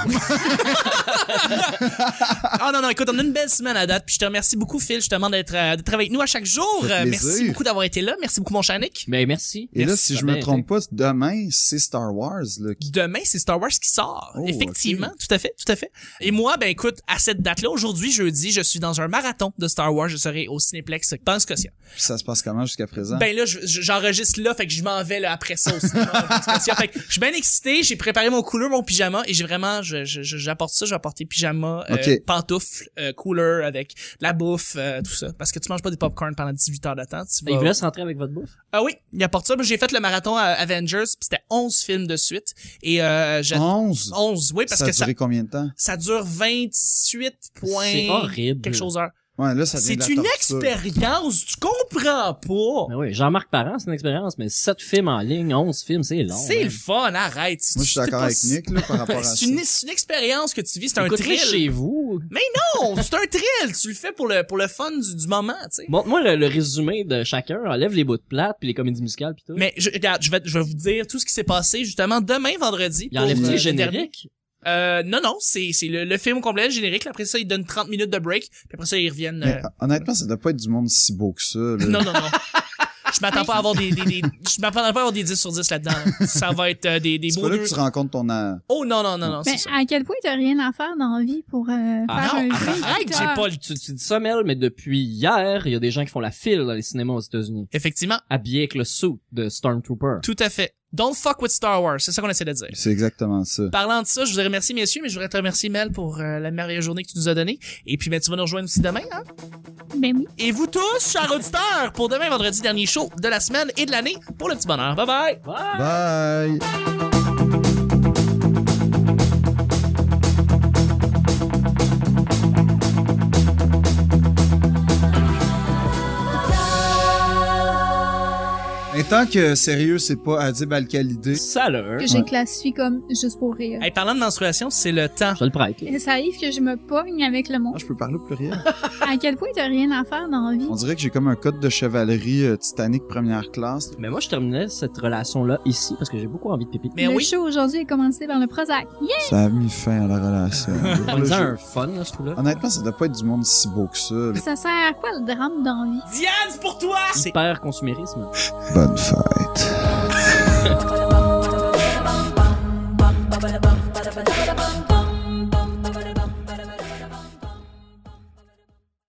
Speaker 2: Ah non, non, écoute, on a une belle semaine à date. Puis je te remercie beaucoup, Phil, justement, d'être euh, d'être avec nous à chaque jour.
Speaker 1: Ça fait
Speaker 2: Euh, Merci
Speaker 1: plaisir.
Speaker 2: beaucoup d'avoir été là. Merci beaucoup, mon cher Nick.
Speaker 5: Mais merci.
Speaker 1: Et là,
Speaker 5: Merci,
Speaker 1: si
Speaker 5: ça
Speaker 1: je me
Speaker 5: a
Speaker 2: ben,
Speaker 5: bien
Speaker 1: trompe pas, demain, c'est Star Wars. Là, qui...
Speaker 2: Demain, c'est Star Wars qui sort.
Speaker 1: Oh,
Speaker 2: Effectivement, tout à fait, tout à fait. Et moi, ben écoute, à cette date-là, aujourd'hui, jeudi, je suis dans un marathon de Star Wars. Je serai au Cinéplex Pan-Scotia.
Speaker 1: Puis ça se passe comment jusqu'à présent?
Speaker 2: Ben là, je- je- j'enregistre là, fait que je m'en vais là, après ça au cinéma. Parce que, tiens, fait que je suis bien excité, j'ai préparé mon cooler, mon pyjama, et j'ai vraiment, je- je- je- j'apporte ça, j'ai apporté pyjama, euh,
Speaker 1: Ok.
Speaker 2: pantoufles, euh, cooler avec de la bouffe, euh, tout ça. Parce que tu manges pas des popcorn pendant 18 heures de temps. Tu
Speaker 5: Il
Speaker 2: vas-
Speaker 5: vous laisse rentrer avec votre bouffe?
Speaker 2: Ah oui, il apporte ça. Moi, J'ai fait le marathon à Avengers, puis c'était 11 films de suite. Et euh, j'ai...
Speaker 1: 11?
Speaker 2: 11, oui, parce
Speaker 1: Ça a
Speaker 2: que ça,
Speaker 1: duré combien de temps?
Speaker 2: ça dure 28
Speaker 5: C'est
Speaker 2: points,
Speaker 5: horrible.
Speaker 2: quelque chose heure.
Speaker 1: Ouais, là, ça devient de
Speaker 2: C'est
Speaker 1: la
Speaker 2: une
Speaker 1: torture.
Speaker 2: expérience, tu comprends pas.
Speaker 5: Mais Ben oui, Jean-Marc Parent, c'est une expérience, mais 7 films en ligne, 11 films, c'est long.
Speaker 2: C'est
Speaker 5: hein.
Speaker 2: le fun, arrête.
Speaker 1: Moi, je suis
Speaker 2: T'es
Speaker 1: d'accord
Speaker 2: pas-
Speaker 1: avec Nick là, par rapport à ça.
Speaker 2: C'est une, c'est une expérience que tu vis, c'est un
Speaker 5: Écoute-les
Speaker 2: thrill.
Speaker 5: chez vous.
Speaker 2: Non, c'est un thrill, tu le fais pour le pour le fun du, du moment, tu sais.
Speaker 5: Montre-moi le, le résumé de chacun. Enlève les bouts de plate puis les comédies musicales puis tout.
Speaker 2: Mais je, regarde, je vais je vais vous dire tout ce qui s'est passé justement demain vendredi.
Speaker 5: il
Speaker 2: pour,
Speaker 5: enlève
Speaker 2: euh,
Speaker 5: les
Speaker 2: le
Speaker 5: génériques.
Speaker 2: Euh, non, non, c'est c'est le, le film complet, le générique. Après ça, ils donnent 30 minutes de break. Puis après ça, ils reviennent. euh,
Speaker 1: Mais, honnêtement, ça doit pas être du monde si beau que ça. là.
Speaker 2: Non, non, non. Je m'attends pas à avoir des, des, des- je m'attends pas à avoir des 10 sur 10 là-dedans. là. Ça va être euh, des, des
Speaker 1: C'est pas
Speaker 2: beaux
Speaker 1: là que
Speaker 2: deux-
Speaker 1: tu rencontres ton... an-
Speaker 2: Oh non, non, non, non,
Speaker 3: Mais
Speaker 2: c'est ça.
Speaker 3: Ben, à quel point t'as rien à faire dans la vie pour euh,
Speaker 5: Ah
Speaker 3: faire
Speaker 2: non,
Speaker 3: un jeu?
Speaker 2: arrête, j'ai
Speaker 3: T'as-
Speaker 2: pas le...
Speaker 5: Tu, tu dis ça, Mel, mais depuis hier, il y a des gens qui font la file dans les cinémas aux États-Unis,
Speaker 2: Effectivement,
Speaker 5: habillés avec le suit de Stormtrooper.
Speaker 2: tout à fait. Don't fuck with Star Wars, c'est ça qu'on essaie de dire.
Speaker 1: C'est exactement ça.
Speaker 2: Parlant de ça, je voudrais remercier messieurs, mais je voudrais te remercier Mel pour euh, la merveilleuse journée que tu nous as donnée. Et puis ben, tu vas nous rejoindre aussi demain, hein?
Speaker 3: Ben oui.
Speaker 2: Et vous tous, chers auditeurs, pour demain vendredi dernier show de la semaine et de l'année pour le petit bonheur. Bye bye!
Speaker 1: Bye! Et tant que sérieux, c'est pas Adib Al-Khalidé.
Speaker 5: Salut!
Speaker 3: Que je classifie comme juste pour rire.
Speaker 2: Hey, parlant de menstruation, c'est le temps.
Speaker 5: Je le prête. là.
Speaker 3: Et Ça arrive que je me pogne avec le
Speaker 1: Ah,
Speaker 3: monde.
Speaker 1: je peux parler au pluriel.
Speaker 3: À quel point t'as rien à faire dans la vie?
Speaker 1: On dirait que j'ai comme un code de chevalerie euh, Titanic première classe.
Speaker 5: Mais moi, je terminais cette relation-là ici parce que j'ai beaucoup envie de pipi.
Speaker 2: Mais
Speaker 3: le
Speaker 2: oui,
Speaker 3: show aujourd'hui est commencé par le Prozac. Yeah!
Speaker 1: Ça a mis fin à la relation.
Speaker 5: En me disant un fun, là, ce
Speaker 2: Ah,
Speaker 5: coup-là.
Speaker 1: Honnêtement, ça doit pas être du monde si beau que ça. là.
Speaker 3: Ça sert à quoi le drame dans la vie?
Speaker 2: Diane, c'est pour toi! C'est
Speaker 5: Hyper consumérisme.
Speaker 1: Bonne fête.